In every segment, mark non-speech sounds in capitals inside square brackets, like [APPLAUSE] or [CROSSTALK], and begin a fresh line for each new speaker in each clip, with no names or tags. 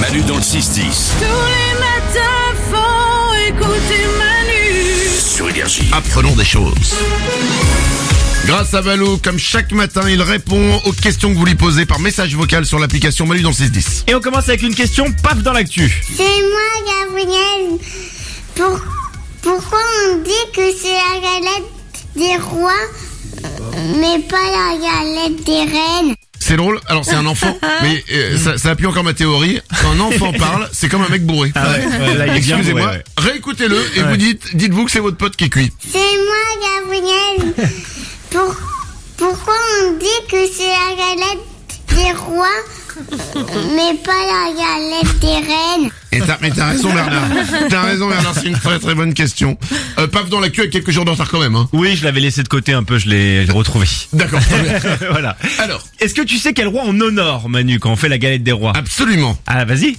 Manu dans le 6-10
Tous les matins, faut écouter Manu.
sur Énergie.
Apprenons des choses. Grâce à Valo, comme chaque matin, il répond aux questions que vous lui posez par message vocal sur l'application Malu dans le 610.
Et on commence avec une question paf dans l'actu.
C'est moi, Gabriel. Pour- pourquoi on dit que c'est la galette des rois, mais pas la galette des reines
C'est drôle, alors c'est un
Ah.
enfant, mais euh, ça, ça appuie encore ma théorie. Quand un
[LAUGHS]
enfant parle, c'est comme un mec bourré.
Euh, là, il est bien
Excusez-moi,
bourré, Ah ouais.
réécoutez-le et vous dites, dites-vous que c'est votre pote qui est cuit.
C'est moi, Gabriel. Pour- pourquoi on dit que c'est la galette des rois, mais pas la galette des reines
Et t'as, mais t'as raison Bernard. T'as raison Bernard, c'est une très très bonne question. Euh, paf dans la queue avec quelques jours de retard quand même. Hein.
Oui, je l'avais laissé de côté un peu, je l'ai je l'ai retrouvé.
D'accord. très bien.
[LAUGHS] voilà.
Alors,
Est-ce que tu sais quel roi on honore, Manu, quand on fait la galette des rois
absolument.
Ah, vas-y.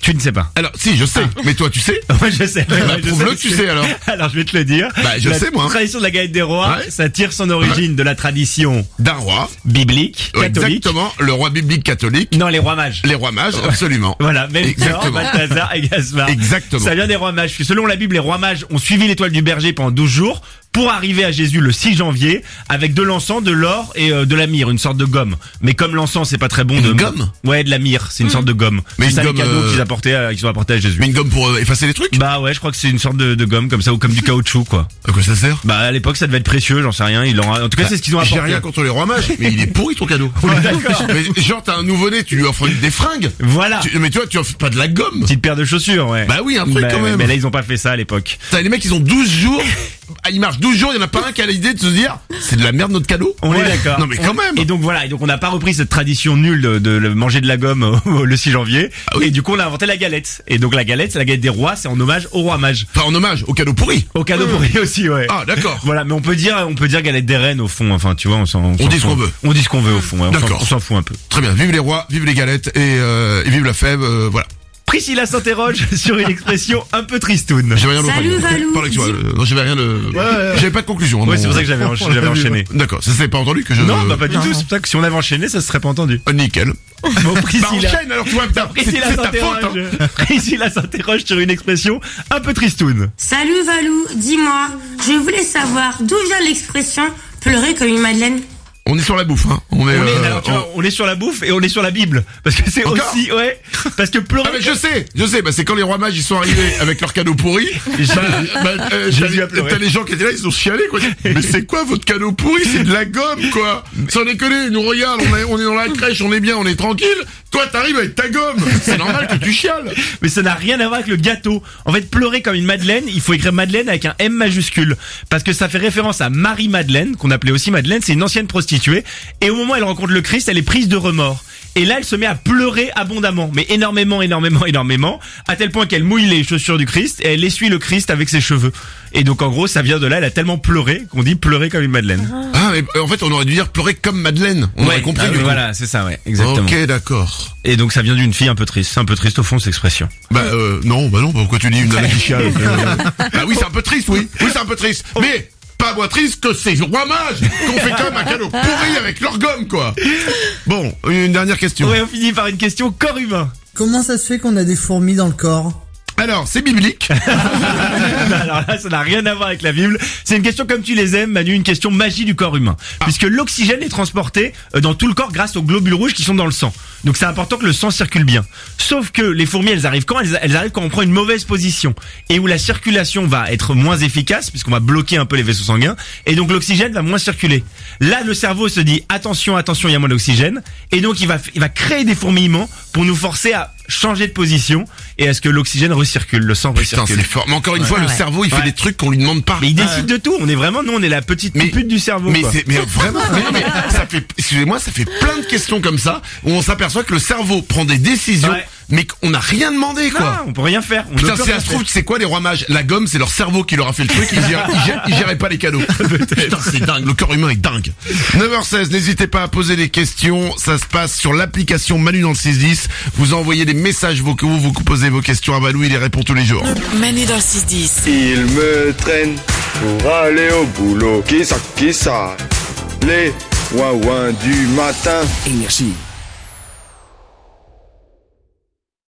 Tu ne sais pas. [LAUGHS]
Alors, si, je sais. Mais toi, tu sais
Moi,
[LAUGHS]
je sais.
bah,
Ah. Je
prouve-le
sais,
que tu
parce
sais, alors.
[LAUGHS] Alors, je vais te le dire.
Bah, je
la
sais, moi.
tradition de la galette des rois,
Ouais.
ça tire son origine de la tradition
D'un roi.
biblique,
Ouais,
catholique.
Exactement, le roi biblique catholique,
Non, les rois mages.
les rois mages,
[LAUGHS]
absolument.
Voilà, Melchior,
Exactement.
Balthazar et Gaspard.
Exactement.
Ça vient des rois mages. Selon la Bible, les rois mages ont suivi l'étoile du berger pendant 12 jours pour arriver à Jésus le 6 janvier avec de l'encens, de l'or et euh, de la myrrhe, une sorte de gomme. Mais comme l'encens, c'est pas très bon de...
Une gomme
Ouais, de la myrrhe, c'est une sorte de gomme.
Mais
C'est
une
ça
gomme,
les cadeaux
euh,
qu'ils apportaient, à- qu'ils ont apporté à Jésus.
Mais une gomme pour euh, effacer les trucs
Bah ouais, je crois que c'est une sorte de, de gomme comme ça ou comme du caoutchouc quoi.
À quoi ça sert
Bah à l'époque ça devait être précieux, j'en sais rien. Ils l'ont- en tout cas c'est ce qu'ils ont apporté.
Bah, J'ai rien contre les rois mages, mais il est pourri ton cadeau. [LAUGHS]
Ouais, d'accord.
Mais genre t'as un nouveau-né, tu lui offres une- des fringues.
Voilà.
Tu- mais tu vois, tu offres pas de la gomme.
Petite paire de chaussures, ouais.
Bah oui, un truc
Bah,
quand
ouais,
même.
Mais là ils ont pas fait ça à l'époque.
T'as les mecs, ils ont 12 jours. Ah, Ils marchent 12 jours, il y en a pas un qui a l'idée de se dire, c'est de la merde notre cadeau.
On
Ouais.
est d'accord.
Non mais quand
On-
même.
Et donc voilà, et donc on n'a pas repris cette tradition nulle de, de le- manger de la gomme euh, le 6 janvier.
Ah oui.
Et du coup on a inventé la galette. Et donc la galette, c'est la galette des rois, c'est en hommage au roi mage.
Enfin, en hommage au cadeau pourri.
Au cadeau pourri aussi, ouais.
Mmh. Ah, d'accord.
Voilà, mais on peut dire, on peut dire galette des reines au fond. Enfin, tu vois, on s'en. s'en
dit ce
fout.
qu'on veut.
On dit ce qu'on veut au fond. ouais. On s'en-
D'accord.
On s'en fout un peu.
Très bien. Vive les rois, vive les galettes et, euh, et vive la fève. euh, voilà.
Priscilla s'interroge [LAUGHS] sur une expression un peu tristoune.
J'ai rien de
Salut,
pas-
Valou.
Pardon, excuse-moi, euh, Non, j'avais rien de.
ouais.
J'avais pas de conclusion. hein,
Ouais,
non.
c'est pour ça que j'avais encha- j'avais enchaîné.
D'accord. Ça s'est pas entendu que je.
Non, bah, pas du
Non,
tout.
non.
C'est pour ça que si on avait enchaîné, ça se serait pas entendu.
Euh, Nickel.
Bon,
Bah
Priscilla.
enchaîne alors toi, putain, c'est
Priscilla
c'est ta faute. hein.
s'interroge. [LAUGHS] Priscilla s'interroge sur une expression un peu tristoune.
Salut Valou, dis-moi, je voulais savoir d'où vient l'expression pleurer comme une madeleine.
On est sur la bouffe, hein. On est.
On est,
euh,
alors, tu
on-
vois, on est sur la bouffe et on est sur la Bible. Parce que c'est
Encore
aussi, ouais. Parce que pleurer.
Ah mais je sais, je sais, bah c'est quand les rois mages ils sont
[LAUGHS]
arrivés avec leurs cadeaux pourris, bah, bah, euh,
Jésus
t'as-
a pleuré.
t'as les gens qui étaient là, ils ont chialé
[LAUGHS]
quoi. Mais c'est quoi votre cadeau pourri C'est de la gomme quoi. Sans déconner, ils nous regarde, on, est- on est dans la crèche, on est bien, on est tranquille. Toi t'arrives avec ta gomme, c'est normal que tu chiales.
Mais ça n'a rien à voir avec le gâteau. En fait, pleurer comme une madeleine, il faut écrire madeleine avec un M majuscule. Parce que ça fait référence à Marie Madeleine, qu'on appelait aussi Madeleine, c'est une ancienne prostituée. Et au moment où elle rencontre le Christ, elle est prise de remords. Et là, elle se met à pleurer abondamment, mais énormément, énormément, énormément, à tel point qu'elle mouille les chaussures du Christ et elle essuie le Christ avec ses cheveux. Et donc, en gros, ça vient de là, elle a tellement pleuré qu'on dit pleurer comme une madeleine.
Ah mais euh, en fait on aurait dû dire pleurer comme Madeleine, on aurait compris
ah,
du coup.
Voilà, c'est ça, ouais, exactement.
Ok d'accord.
Et donc, ça vient d'une fille un peu triste. C'est un peu triste au fond, cette expression.
Bah euh, non, bah non, pourquoi tu dis une
[LAUGHS]
nana qui chiale euh, Bah oui, c'est un peu triste, oui. Oui, c'est un peu triste.
Oh.
Mais pas moins triste que ces rois mages qu'on fait comme un
[LAUGHS]
cadeau pourri avec leur gomme, quoi. Bon, une dernière question.
Ouais, on finit par une question corps humain.
Comment ça se fait qu'on a des fourmis dans le corps
Alors, c'est biblique.
Non, [LAUGHS] Alors là, ça n'a rien à voir avec la Bible. C'est une question comme tu les aimes, Manu, une question magie du corps humain.
Ah.
Puisque l'oxygène est transporté euh, dans tout le corps grâce aux globules rouges qui sont dans le sang. Donc c'est important que le sang circule bien. Sauf que les fourmis, elles arrivent quand elles, elles arrivent quand on prend une mauvaise position et où la circulation va être moins efficace puisqu'on va bloquer un peu les vaisseaux sanguins et donc l'oxygène va moins circuler. Là, le cerveau se dit attention, attention, il y a moins d'oxygène et donc il va il va créer des fourmillements pour nous forcer à changer de position et à ce que l'oxygène recircule, le sang
Putain,
recircule.
c'est fort. Mais encore une fois, le
Ouais.
cerveau, il fait
Ouais.
des trucs qu'on lui demande pas.
Mais il décide de tout. On est vraiment, nous, on est la petite
Mais-
pute du cerveau.
Mais
quoi.
c'est, mais vraiment,
[LAUGHS]
mais, non, mais ça fait, excusez-moi, ça fait plein de questions comme ça où on s'aperçoit que le cerveau prend des décisions,
Ouais.
mais qu'on n'a rien demandé, quoi.
Ah, on peut rien faire. On ne
Putain,
peut
si
rien
ça se trouve, tu sais quoi, les rois mages La gomme, c'est leur cerveau qui leur a fait le truc, ils gèrent- ils gèrent- ils géraient pas les cadeaux. Putain, c'est dingue, le corps humain est dingue. 9h16, n'hésitez pas à poser des questions, ça se passe sur l'application Manu dans le 610. Vous envoyez des messages vocaux, vous posez vos questions à Balou, il les répond tous les jours.
Manu dans le 6-10.
Il me traîne pour aller au boulot. Qui ça, qui ça Les ouin-ouin du matin.
Énergie.